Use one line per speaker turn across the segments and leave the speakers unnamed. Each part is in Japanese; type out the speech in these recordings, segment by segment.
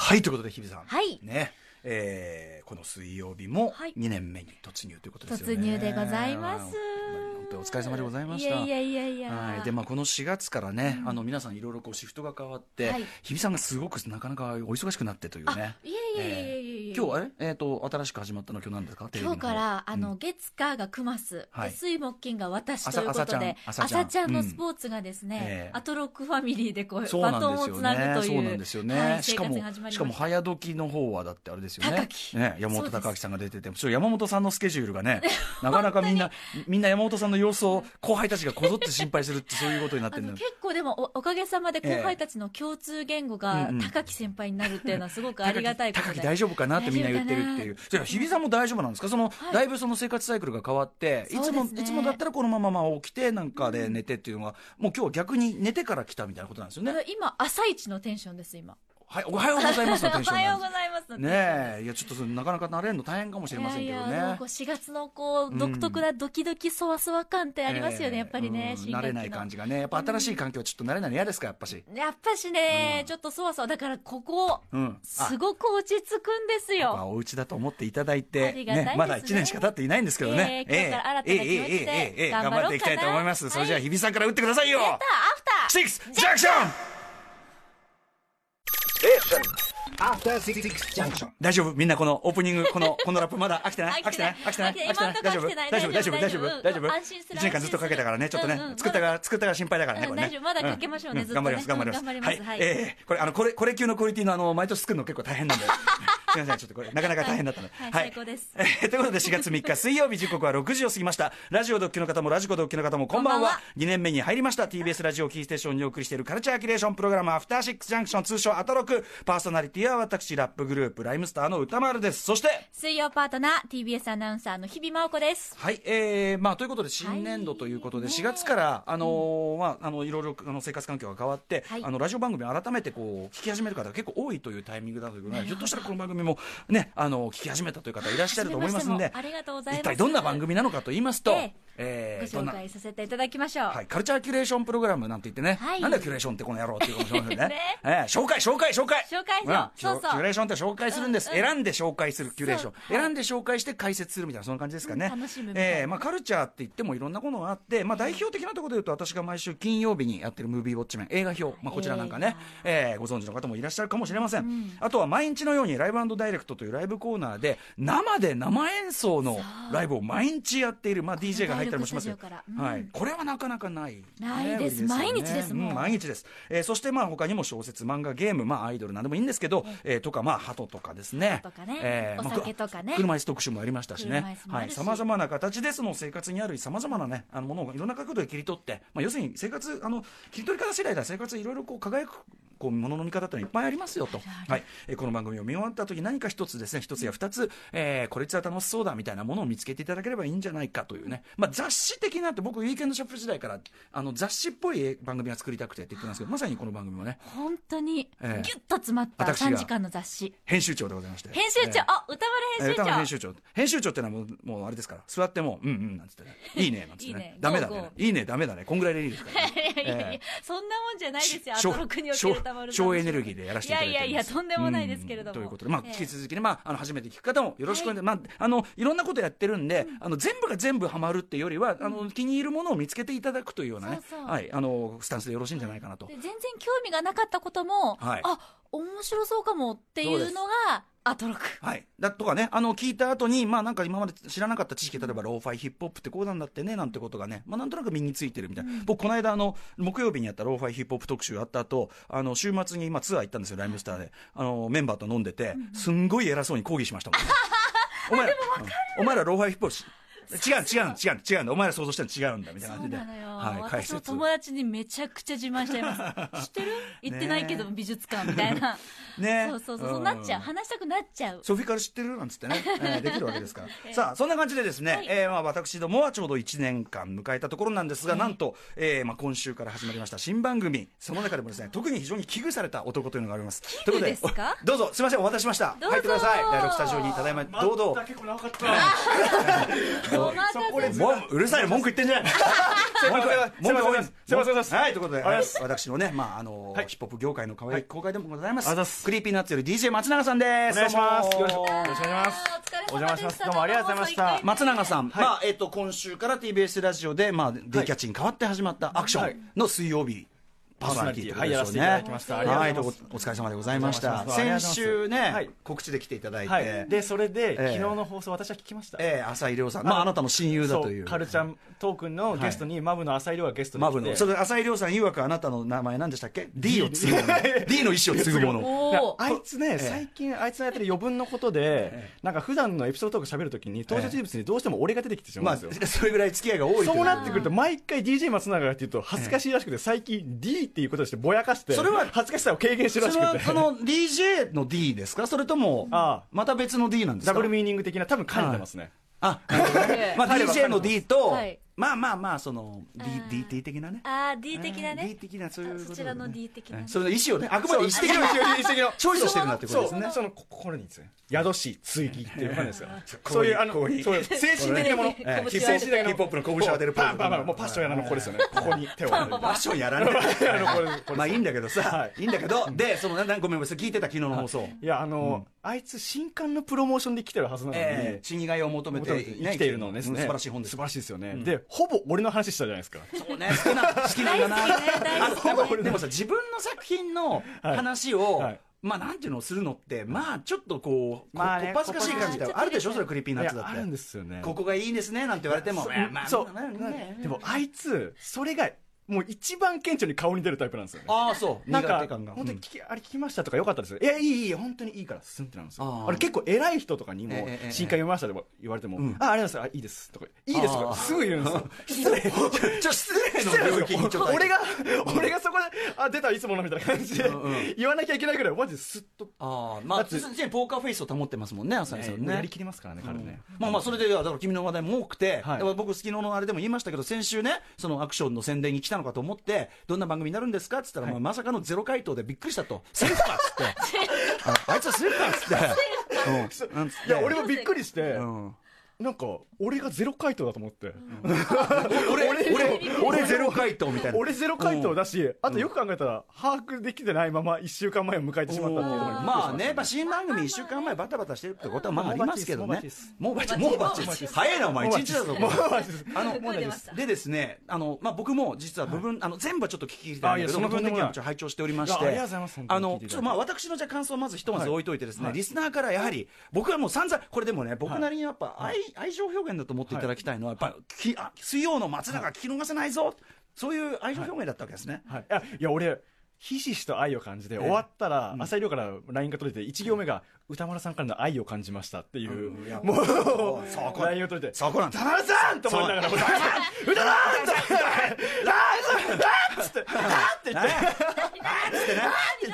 はいということで日比さん、
はい
ねえーこの水曜日も
はい
2年目に突入ということですよね、
突入でございます
本当にお疲れ様でございました
いやいやいやいや
はい、でまあこの4月からね、あの皆さんいろいろこうシフトが変わって、
はい
日比さんがすごくなかなかお忙しくなってというね
あいやいやいやいやいや
今日はねえっ、と新しく始まったの今日なんですかテレビ
今
の
日から、あ
う
の、
ん
月火がクマス、で
はい
水木金が私と
朝
いうことで、
朝
朝
ち
ち
ゃん朝ちゃ
ゃ
ん
ん
う
の
ん
スポーツがですね
え、え
アトロックファミリーでこう、
そうな
バト
ん
ン
で
を
す
つ
よ
な
ね。
ぐという。
そうなんですよね。
はい、
し
生
か
活
も
が始まりました。
しかも早時の方はだってあれですよね。
高木
ね山
そ
本
うです
高木さんが出てて、それ山本さんのスケジュールが ね、なかなかみんなみんな山本さんの様子を後輩たちがこぞって心配するってそういうことになって
あ
るんだ
の
よ
結構でもおおかげさまで
ええ
後輩たちの共通言語
う
が
んうん
高木先輩になるっていうのはすごくありがたいこと
高
で
木大丈夫かなってみんな言ってるっていう。それから日比さんも大丈夫なんですかその、
はい
だいぶその生活サイクルが変わって、いつも、
そうですね
いつもだったらこのまままあ起きてなんかで寝てっていうのが、もう今日は逆に寝てから来たみたいなことなんですよね。
今朝一のテンションです今
はい、おはようございますのテンショ
お
ン
は
な
よ
ん
う
で
ございます
す。
のテンション
ねえ、いやちょっとそのなかなか慣れるの大変かもしれませんけど
いやいやもう
ね
こう。4月のこう独特なドキドキそわそわ感ってありますよね、やっぱりね、
うん
新
慣
学期
れ
の
ない感じがね。やっぱ新しい環境はちょっと慣れないの嫌ですか、やっぱし。
やっぱしね、
うん
ちょっとそわそわだからここ
うん。
すごく落ち着くんです
まあ
よ
お家だと思っていただいて、
ありがたいですね
まだ1年しか経っていないんですけどね。
ええ今日から新たな気持ちで
ええええええ頑
頑
張
張ろうかな
っていきたいと思います。それじゃあ、
は
日比さんから打ってくださいよ。
やったアフター
シックスジャンクション
After Six Junction.
大丈夫みんなこのオープニング、この、こ のラップまだ飽きてない飽きてない飽きてない
飽きてない
大丈夫
今んとこ飽きてない
大丈夫大丈夫大
大
丈
丈
夫
夫
大丈夫
うん安心する
?1 年間ずっとかけたからね、ちょっとね
うんう、ん
作ったから、作ったから心配だからね、
うん
これね。
大丈夫まだかけましょうね
ん
ずっと
頑張
ね
ります、頑張ります。
うん頑張りま
は
すはいい。
ええこれ、あの、これ、これ級のクオリティのあの、毎年作るの結構大変 なんで。すみません、ちょっとこれ、なかなか大変だったので。
はい最高です
えーということで4月3日水曜日時刻は6時を過ぎましたラジオ読起の方もラジコ読起の方もこんばんは
こんばんは
2年目に入りました TBS ラジオキーステーションにお送りしているカルチャーキュレーションプログラム「アフターシックスジャンクション」通称アトロクパーソナリティは私ラップグループライムスターの歌丸ですそして
水曜パートナー TBS アナウンサーの日々真央子です
はい、えーまあ、ということで、新年度ということで、4月から、あのーまあ、あの、いろいろ、あの、生活環境が変わって、
はい
あの、ラジオ番組を改めて、こう、聞き始める方が結構多いというタイミングだということで、ひょっとしたらこの番組も、ね、あの、聞き始めたという方いらっしゃると思いますんで
初めまして、もありがとうございます
一体どんな番組なのかと言いますと、
え
え
ご
ーどんな
紹介させていただきましょう、
はい、カルチャーキュレーションプログラムなんて言ってね、
はい
なんだよキュレーションってこの野郎っていうかもしれませんね
ね
ええ紹介紹介紹介
紹介しよう
キュ
そうそう
キュレーションって紹介するんです、
うんうん
選んで紹介するキュレーション、
そうはい
選んで紹介して解説するみたいなそんな感じですかね、
うん楽しむみたいな
ええまあ、カルチャーって言ってもいろんなものがあって、まあ、代表的なところで言うと私が毎週金曜日にやってるムービーウォッチメン映画表、まあ、こちらなんかね、ええご存知の方もいらっしゃるかもしれません、あとは毎日のようにライブダイレクトというライブコーナーで生で生演奏のライブを毎日やっている、まあ、DJ が入ったりもしますよ
ダイレクトスタジオからうん
はい、これはなかなかない、
ないです
売りよ
毎日ですもうん
毎日です、えーそしてまあ他にも小説漫画ゲーム、まあ、アイドルなんでもいいんですけど、えーとかまあ鳩とかですね
鳩とか
ー
ね
まあ
お酒とかね
車椅子特集もありましたし
車
ね
椅子もあ
は
る
い
し
さまざまな形でその生活にあるさまざまなねあのものをいろんな角度で切り取って、まあ、要するに生活あの切り取り方次第では生活いろいろこう輝くこうものの見方ってのはいっぱいありますよと、はいえーこの番組を見終わった時何か一つですね一つや二つ、えーこいつは楽しそうだみたいなものを見つけていただければいいんじゃないかというね、まあ、雑誌的なって僕ウィーケンドショップ時代からあの雑誌っぽい番組は作りたくてって言ってたんですけどまさにこの番組もね
本当にギ
ええ
ュッと詰まった
私が
3時間の雑誌
編集長でございまして
編集長、
えー
あ歌
えー
丸編集
歌
長
の編集長編集長ってのはもうもうあれですから座ってもう「うんうん」なんつって ね「いいね」なんつってね
いいね
ダメだ
ゴー
ね
ゴ
いいねダメだねこんぐらいでいいですから、ね、
いやいやいや、
え
そんなもんじゃないですよ、ア
省
トロクにおけるたまる
省エネルギーでやらせていただいております
いやいやいやとんでもないですけれども
うんということで、まあ、
ええ
引き続きね、まあ、あの初めて聞く方もよろしくお願い、まあ、あのいろんなことやってるんで、あの全部が全部ハマるっていうよりは、あの気に入るものを見つけていただくというようなね
そうそう
はい、あのスタンスでよろしいんじゃないかなと
で。全然興味がなかったことも、
はい
あ面白そうかもってい
そうで
う
す
のがアトロク
はい、だとかね、あの聞いた後に、まあなんか今まで知らなかった知識、例えばローファイ、ヒップホップってこうなんだってね、なんてことがね、まあなんとなく身についてるみたいな。僕、この間、あの、木曜日にやったローファイヒップホップ特集あった後、あの、週末に今ツアー行ったんですよ、ライムスターで。あの、メンバーと飲んでて、すんごい偉そうに抗議しましたもんね。お前ら、うんお前らローファイヒップホップし、違う違う違う違う違うお前ら想像したら違うんだみたいな感
そ
じ
う
で。
なのよ、
はい、解
私の
説。
友達にめちゃくちゃ自慢しちゃいます知ってる行ってないけど美術館みたいな
ね
そうそうそう、
うん
そうなっちゃう話したくなっちゃう
ソフィカル知ってるなんつってね、 えーできるわけですから。さあ、そんな感じでですね、
はい
えーまあ私どもはちょうど1年間迎えたところなんですが、なんと、えーまあ今週から始まりました新番組、その中でも ですね、特に非常に危惧された男というのがあります。ということ
ですか
おどうぞ、すいません、お渡ししました。
どうぞ
入ってください。第6スタジオにただいま、どうぞ。
全く来なかった
おい
これず
もううるさいよ文句言ってんじゃ ない文句文句多いんです
すいませんすいません
はいということで
ありがとうございます
私のねまああのヒ
はい
ップホップ業界の可愛い公開でもございま
ありがとうございます
クリーピーナッツより DJ 松永さんです
お願いします
どうも
よろしくお願いしま
お
す
疲れ様で
お邪魔しま
した
すどうもありがとうございました
生放送一回目
松永さん、まあえっと今週から TBS ラジオで、まあ、デイキャッチに代わって始まったアクションの水曜日、パーソナリティということですよね。
はいやらせていただきましたありがとうございます
はどうもお疲れ様でございました
あ。りがとうございま
先
す
週ね、
はい
告知で来ていただいて、
はい、でそれで、
ええ
昨日の放送私は聞きました、
ええ浅井亮さん、まああなたの親友だという。
そカルチャートークンのゲストに、マブの浅井亮がゲストで来
マ
て
ブの。それで浅井亮さん曰くあなたの名前何でしたっけ ?D を継 ぐもの。D の意思を継ぐもの。
いや
おー
あいつね、最近、あいつのやってる余分のことで、なんか普段のエピソードトーク喋るときに、登場人物にどうしても俺が出てきてしま
ま
う
あ、
んですよ。
それぐらい付き合いが多いという
そうなってくると、毎回 DJ 松永がっていうと、恥ずかしいらしくて、最近 D っていうことにしてぼやかして、
それは
恥ずかしさを軽減してる
そ
ら
れ
しく
は
て。
その DJ の D ですかそれとも
ああ、
また別の D なんですか
ダブルミーニング的な、多分兼ねてますね。
あ、なるほどねまあ、
彼は
DJ の D と
はい、
まあまあまあ、その、D
あー
DT 的なね。
あー D 的な
うん D
ね
的な、そういうこと
そちらの D 的な
うんそれの意思をね、あくまで意思的
そう
な、
一石二鳥一石二 鳥
チョイスをしてるなってことです
そう
ね。
その心にですね宿し追記っていう感じですから
こに
そういうあの
ここに
そう いう精神的なもの
ここに
ええ
拳を当て
精
て
神的な
ヒ
ップホップの拳を当てる
パンパンパンもうパッションやらのここですよねここに手を当て
ファッションやらない。
てあのこれこれ
まあいいんだけどさ
は、
いいんだけど、で、その、ななごめんごめん、それ聞いてた昨日の放送。
いやあのあいつ新刊のプロモーションで来てるはずなの
え
に
え、死にがいを求め
求
て
めて生きているのをです
うん
ね
素晴らしい本です
素晴。らしいですよねでほぼ俺の話したじゃないですか
そうね、 好きな、好きなんだな。
大好きね大好き
あのやっぱりでもさ、自分の作品の話を、
はい
まあなんていうのをするのって、まあちょっとこう、
まあね
こっぱずかしい感じだよ。あるでしょそれクリーピーナ
い
ッ
や
ツだって。
あるんですよね
ここがいいですねなんて言われても、いやまあ、
そう
まあまあね
でもあいつそれがもう一番顕著に顔に出るタイプなんですよね
ああ、そう、
なん
苦
か
手感が。
本当
う
に
ん
聞き、あれ聞きましたとかよかったですよ。いや、いい、いい、本当にいいから、すんってなるんです
あ
よ。
ー
あれ結構偉い人とかに
え
も
えええ、
新刊読みましたでも言われても
ん、
あ、ありがとうございます、あいいですとか、いいですと
あー
か、すぐ言うんですよ。失礼。
ちょ、失礼の領域にちょっと。
俺が、俺がそこで、あ、出た、いつものみたいな感じで
うんうん、
言わなきゃいけないぐらい、マジですっと、
ああ、ま
だ
あ、
って
常にポーカーフェイスを保ってますもんね、浅井さん
や
ね
り。きりますからね、彼ね。
まあまあ、それで、だから君の話題も多くて、
はい
だから僕、昨日のあれでも言いましたけど、先週ね、そのアクションの宣伝に来たのかと思って、どんな番組になるんですかって言ったら、まあまさかのゼロ回答でびっくりしたと。 セーフかっつって。ああいつはセーフかっつって。うんなんつっ
い
て。
や、俺もびっくりして
う、ん
なんか、俺がゼロ回答だと思って。
俺、俺、俺ゼロ回答みたいな。
俺ゼロ回答だし、あとよく考えたら、把握できてないまま1週間前を迎えてしまったっていうところにびっくりし
まあ
した
ね、まあ、新番組1週間前バタバタしてるってことはまあありますけどね。もうバチ
も
も
う
うバ
バ
チ
チ
早いな、お前。1日だぞ、これあの、
もう出ました
でですね、あの、まあ、僕も実は部分、あの、全部はちょっと聞き入れてないんだけど、
あいやそんな
部分的には
とんでもない
一応拝聴しておりまして。
いやありがとうございます本当に
あの
聞いてい
ち
た
ょっと
だいて
まあ、私のじゃあ感想をまずひとまず置いといてですね、
はい
リスナーからやはり、僕はもう散々、これでもね、僕なりにやっぱ愛、愛情表現だと思っていただきたいのは、やっぱ、きあ水曜の松永聞き逃せないぞ、そういう愛情表現だったわけですね。
はい、いやいや俺ひしひしと愛を感じて、終わったら、浅井亮から LINE が取れて1行目が歌丸さんからの愛を感じましたっていう、
いや
もう
そ こ
LINE が取れて
そこなんです
歌丸さんと思いながら歌丸さん歌丸さん歌丸さんってって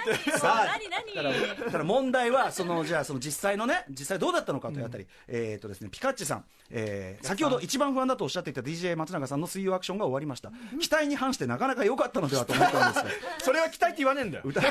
言って
さあ
何何何
だから問題はそのじゃあその実際のね実際どうだったのかというあたり、えっ、とですねピカッチさん、えー先ほど一番不安だとおっしゃっていた DJ 松永さんの水曜アクションが終わりました、期待に反してなかなか良かったのではと思ったんですが
それは期待って言わねえんだよ
歌歌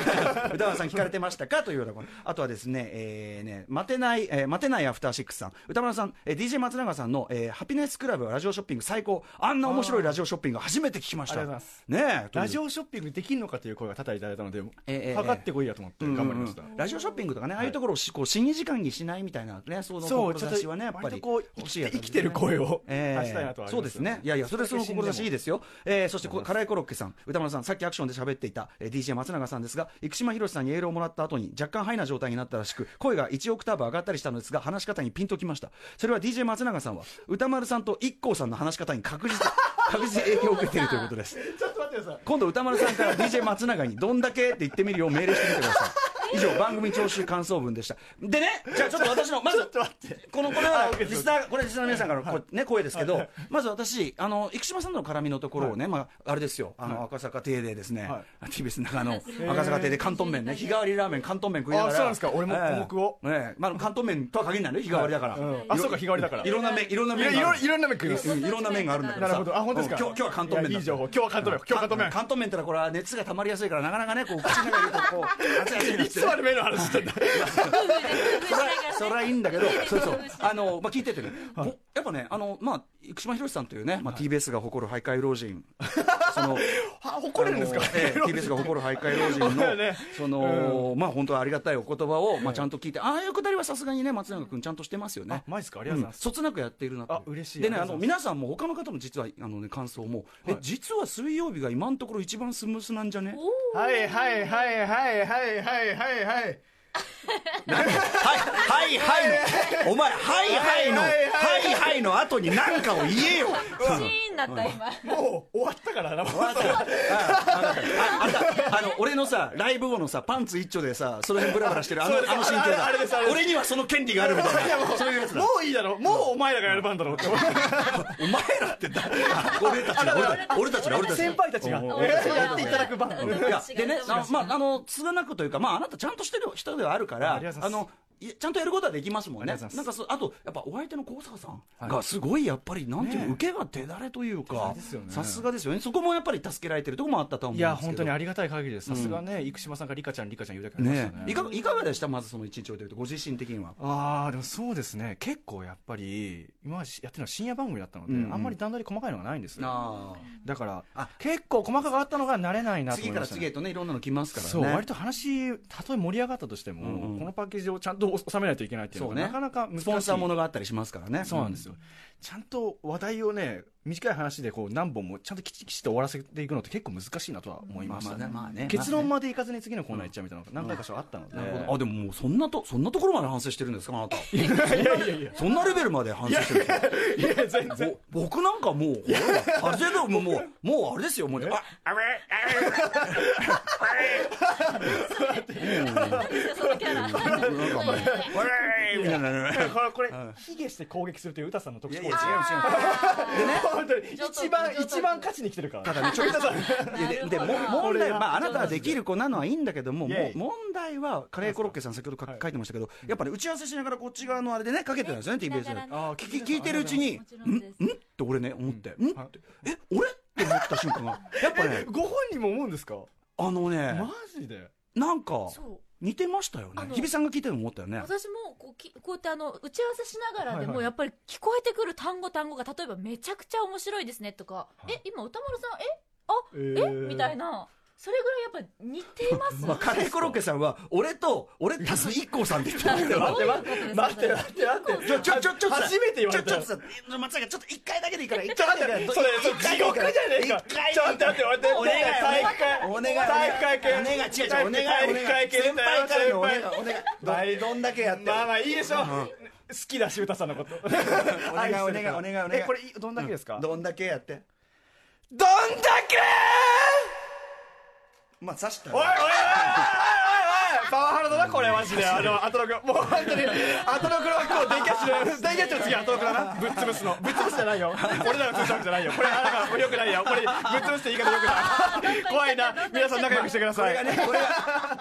川さん聞かれてましたかというようなことあとはですね,、えーね待てない、えー待てないアフターシックスさん歌丸さん、えー DJ 松永さんの、えーハピネスクラブラジオショッピング最高あんな面白いラジオショッピング初めて聞きました
ありがとう
ございますねえという
ラジオショッピングできんのかという声が多々いただいたので、
ええ
かかってこいやと思って頑張りました、
うんうんラジオショッピングとかね、ああいうところをしこう審議時間にしないみたいなね、その
そうちょっと
志はね、やっぱり
割とこう
欲しいやつ
生きてる声を
ええ
出したいなとはあります
そう
よね
ですね。いやいや、それその志いいですよ。えーそしてこ、辛いコロッケさん、歌丸さん、さっきアクションで喋っていた、えー DJ 松永さんですが、生島博さんにエールをもらった後に、若干ハイな状態になったらしく、声が1オクターブ上がったりしたのですが、話し方にピンときました。それは DJ 松永さんは、歌丸さんと IKKO さんの話し方に確実、確実に影響を受けているということです。
ちょっと待ってください
今度歌丸さんから DJ 松永に「どんだけ?」って言ってみるよう命令してみてください以上番組聴取感想文でしたでねじゃあちょっと私のまずこのこれはリスナーこれリスナーの皆さんからのこうね声ですけどまず私あの生島さんとの絡みのところをねまああれですよあの赤坂亭でですね
は
TBS 中野赤坂亭で関東麺ね日替わりラーメン関東麺食いながら
あそうなんですか俺も
ええ
五目を
ええまあ関東麺とは限らないね日替わりだから
うんあそうか日替わりだから
いろんな麺いろんな麺
い
があ
ろ
る
いろんな面食います
うんいろんな麺があるんだけどさ
なるほどあ本当ですか
うん今日今日は関東麺だった
いやいい情報今日は関東麺今日は関東麺
関東麺ってのはこれは熱がたまりやすいから なかなかねこう口の中に入れてこう熱々になって
いつまで目の話してんだ
工夫で工夫しながら
それはいいんだけど、 そうそう
嬉しい、
あの、まあ、聞いててね、ぼやっぱね、あの、まあ、生島ひろしさんというね、まあ、TBS が誇る徘徊老 人、その、
は誇れるんですか
あのえ え TBS が誇る徘徊老人
そうだ
の、
よ ね
その、まあ、本当はありがたいお言葉を、まあ、ちゃんと聞いて、ああいうくだりはさすがにね、松永君ちゃんとしてますよね
あ。マジですかありがとうございます
んそつなくやっているなと
あ嬉しい
でね
あ
あ
りが
の
とうござい
皆さんも他の方も実はあの、ね、感想も、え実は水曜日が今のところ一番スムースなんじゃね
おお
はいはいはいはいはいはいはいはい
はいはいのお前はいはいの
は
はい
はい
いはいの後に何かを言えよ
シーンだった今
もう終わったからな
あああの俺のさライブ後のさパンツ一丁でさその辺ブラブラしてるあの
そうです
あの心境
あれあれですあれ
だ
です
俺にはその権利があるみた いなそういうやつだ
もういいだろもう お前らがやる番だろって
お前らってだ俺たちだ俺たちだ俺たちだ
先輩たちが
おうおう
そうやっていただく番
いやでね
違う違う、
あまあ、あの、つがなくというか、まあ、あなたちゃんとしてる人ではあるから、
あありがとうございます
の、いちゃんとやることはできますもんね。
ありがとうご
ない
ざ
んかそう、あと、やっぱお相手の高坂さんが、すごいやっぱり、なんていうの、
ねえ
受けが手だれというか
手だれですよ、ね
さすがですよね。そこもやっぱり助けられてるところもあったとは思うん
い
ですけ
や
ど。
本当にありがたい限りですさすがね生島さんがリカちゃんリカちゃん言うだけありまし
ね
た
えい
ね
かがいかがでしたまずその一日を出ると、ご自身的には。
ああでもそうですね結構やっぱり今までやってるのは深夜番組だったので
うんうん
あんまり段取り細かいのがないんですよ
あ
だから
あ
結構細かくあったのが慣れないなと
次
思い
か
ま
ら
した
次
ね
へとね、いろんなの来ますからね。
そう割と話たとえ盛り上がったとして
うんうん
もこのパッケージをちゃんと収めないといけないっていうの
そう
が
ね。
なかなか難しい
スポンサーものがあったりしますからね。
そうなんですよ、ちゃんと話題をね短い話でこう何本もちゃんときちきちっと終わらせていくのって結構難しいなとは思い
ま
ま
あ
し
ま
た
あ
ね
ね、まあね。
結論までいかずに次のコーナー行っちゃうみたいなのが何回か所あったので、
なるほどあでももうそんなとそんなところまで反省してるんですかあ なたそんなレベルまで反省してるんですか
いや全然
ぼ僕なんかもうほらあれでももう もうあれですよもうあ
そのキャラ
えーみたいなね
これこれ卑下して攻撃するという歌さんの特徴
いやいや違う違う
本当に
ちょっと
一
ち
番
ょっと
一番勝ちに来てるから
ただねちょっといやででも問題はまああなたはできる子なのはいいんだけども
イ
も
ェ
う
イ
問題はカレーコロッケさん先ほど書書いてましたけどやっぱり打ち合わせしながらこっち側のあれでねかけてたんですよね TBS で
ながら
聞き聞いてるうちに
もちろ
ん
ん
んっ
です
て俺ね思ってんってえ俺って思った瞬間がやっぱね
ご本人も思うんですか
あのね
マジで
なんか
そう
似てましたよね
あの
日比さんが聞いてるの思ったよね
私もこうきこうやってあの打ち合わせしながらで
はいは
も
い
やっぱり聞こえてくる単語単語が例えばめちゃくちゃ面白いですねとか、え今歌丸さんえ
え
え、みたいなそれぐらいやっぱ似てます
まあ、カレーコロッケさんは俺と俺足す i k さんで言ってたんだよ
待って待って待って待って待って
ちょちょちょちょ
初めて言われた
ちょちょちょちょ松坂ちょっと一回だけでいいから一
ちょっ
回
と
だ
待
けでいいから
って、それ、それ
一
地
回
獄じゃねえか。
一回
ちょっと待って、待って、
お願い
体育会
お願い
体育会系。
お願い違う違うお願い
体育会系
先
だよ
輩からのお願いお
先輩
願いどどんだけやってる
まあまあ、いいでしょう。好きだし、歌さんのこと。お
お願いお願いお願いお願い
え、これ、どんだけですかどんだ
どんだけやって
け
まあ刺した
おいおいおいおいおいおいおいパワハラだな、これ、マジで。あの、アトロク。もう本当に、アトロクはこう、電キャッシュの、電キャッシュの次、アトロクだな。ぶっ潰すの。ぶっ潰すじゃないよ。俺らが潰すわけじゃないよ。これ、あだから、これ良くないよ。これ、ぶっ潰して言い方良くない。怖いな。皆さん仲良くしてくだ
こ
さ
れ
い
が。ねこれが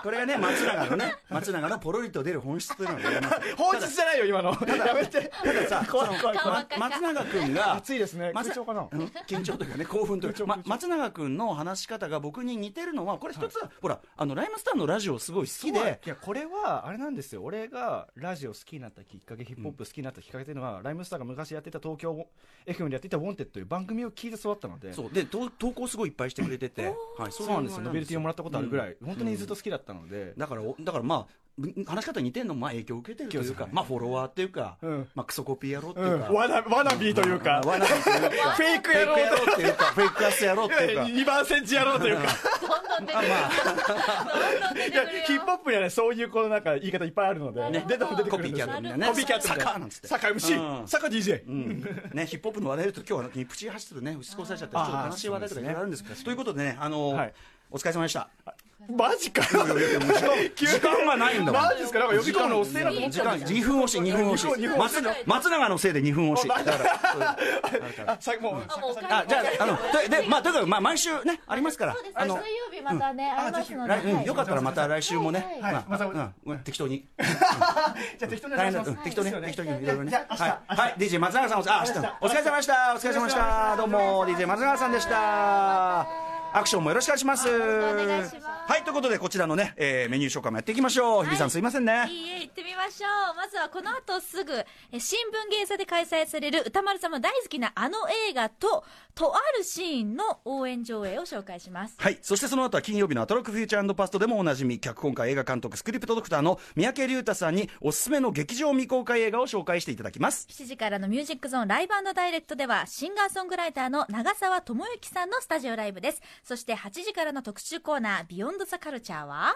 これがね松永のね松永のポロリと出る本質というのがあります
本日じゃないよ今のやめて
たださ
怖い怖い
そのま松永君が
暑いですね
松
緊張かな
うん緊張というかね興奮というか、ま、松永君の話し方が僕に似てるのはこれ一つは、ほらあのライムスターのラジオすごい好きで
いやこれはあれなんですよ俺がラジオ好きになったきっかけヒップホップ好きになったきっかけっていうのは、ライムスターが昔やってた東京 FM でやっていた「ウォンテッドという番組を聞いて育ったので
そうで投投稿すごいいっぱいしてくれてて、はい、
そうなんですよ
れ
ノベルティをもらったことあるぐらい、
うん
本当にずっと好きだったので、
だからおだからまあぶ話し方似てんのもまあ影響を受けてるという
そうです
か
よね
まあフォロワーっていうか、
うん
まあクソコピー野郎って
う
いうんか、
わなわなびーというか、
まあわなびというか
フェイク
フェ
野
イク
郎
野郎っていうかフェイクアス野郎って
と
いうか
2番センチ野郎というか、
どんどん出てくるよ、 どんどん出て
い
く
や
るよ
ヒップホップにはねそういうこのなんか言い方いっぱいあるので、
ね
出て出て
コ
くる
ピ
ん
ー
で
キャッ
す
ト
よ
みたいなね
コピーキャット
サ
みたい
カ
な
ーなんつって
坂
うん
MC 坂 DJ、
うんね、ヒップホップの話題だと今日はなんかプチ走ってるね少しされちゃってちょ
あ
っ
ー
と悲しい話題とかいろいろあるんですけどということでねあのー
はい
お疲れ様でした
マジか
時間がないんだもん
マジですかなんか呼び込むのおっせえなと思っ
時
てた
間
んです
2分押し2分押し
二分
松松永のせいで2分押しだから
けどあ最後もう
あもうお帰り
あじゃああのとでまあとにかくまあ毎週ねありますから
そうです
あ
水
の
曜日またね、ありますので、
来うんよかったらまた来週もね
はい
はい
まあ
はい
うんうん適当に
じゃあ適当にお
大
願い
変
しま
だうん
す
適当に
そう
適当
ですよ
にいろいろ
じ
ね
ゃあ明日
はいはい DJ 松永さんおあ明日お疲れ様でしたお疲れ様でしたどうも DJ 松永さんでしたアクションもよろしくお願いします
ろしくお願いします
はいということでこちらのねえーメニュー紹介もやっていきましょう日比さんすいませんね
いいえ、行ってみまましょう。まずはこの後すぐ、え新聞芸座で開催される歌丸さんも大好きなあの映画と、とあるシーンの応援上映を紹介します。
はい、そしてその後は金曜日のアトロックフューチャーパストでもおなじみ脚本家映画監督スクリプトドクターの三宅龍太さんにおすすめの劇場未公開映画を紹介していただきます
7時からのミュージックゾーンライブダイレクトでは、シンガーソングライターの長澤智之さんのスタジオライブです。そして8時からの特集コーナー、ビヨンドザカルチャーは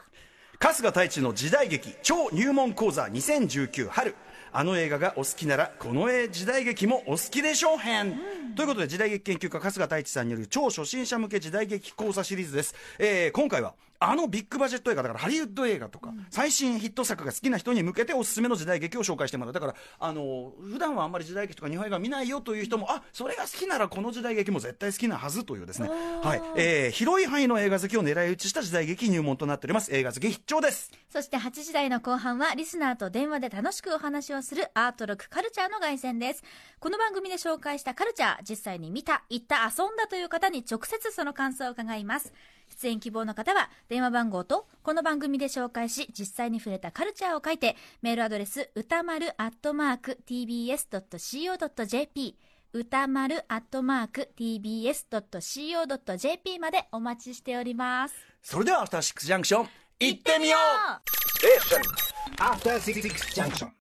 春日太一の時代劇超入門講座2019春あの映画がお好きならこの時代劇もお好きでしょうへん、ということで時代劇研究家春日太一さんによる超初心者向け時代劇講座シリーズです、えー今回はあのビッグバジェット映画だからハリウッド映画とか、最新ヒット作が好きな人に向けておすすめの時代劇を紹介してもらうだからあの普段はあんまり時代劇とか日本映画見ないよという人もあそれが好きならこの時代劇も絶対好きなはずというですね、はいえー広い範囲の映画好きを狙い撃ちした時代劇入門となっております映画好き必聴です
そして8時台の後半はリスナーと電話で楽しくお話をするアートロックカルチャーの凱旋です。この番組で紹介したカルチャー、実際に見た、行った、遊んだという方に直接その感想を伺います。出演希望の方は電話番号とこの番組で紹介し実際に触れたカルチャーを書いてメールアドレス歌丸アットマーク tbs.co.jp 歌丸アットマーク tbs.co.jp までお待ちしております。
それではアフターシックスジャンクション
行ってみよう
After Six Junction.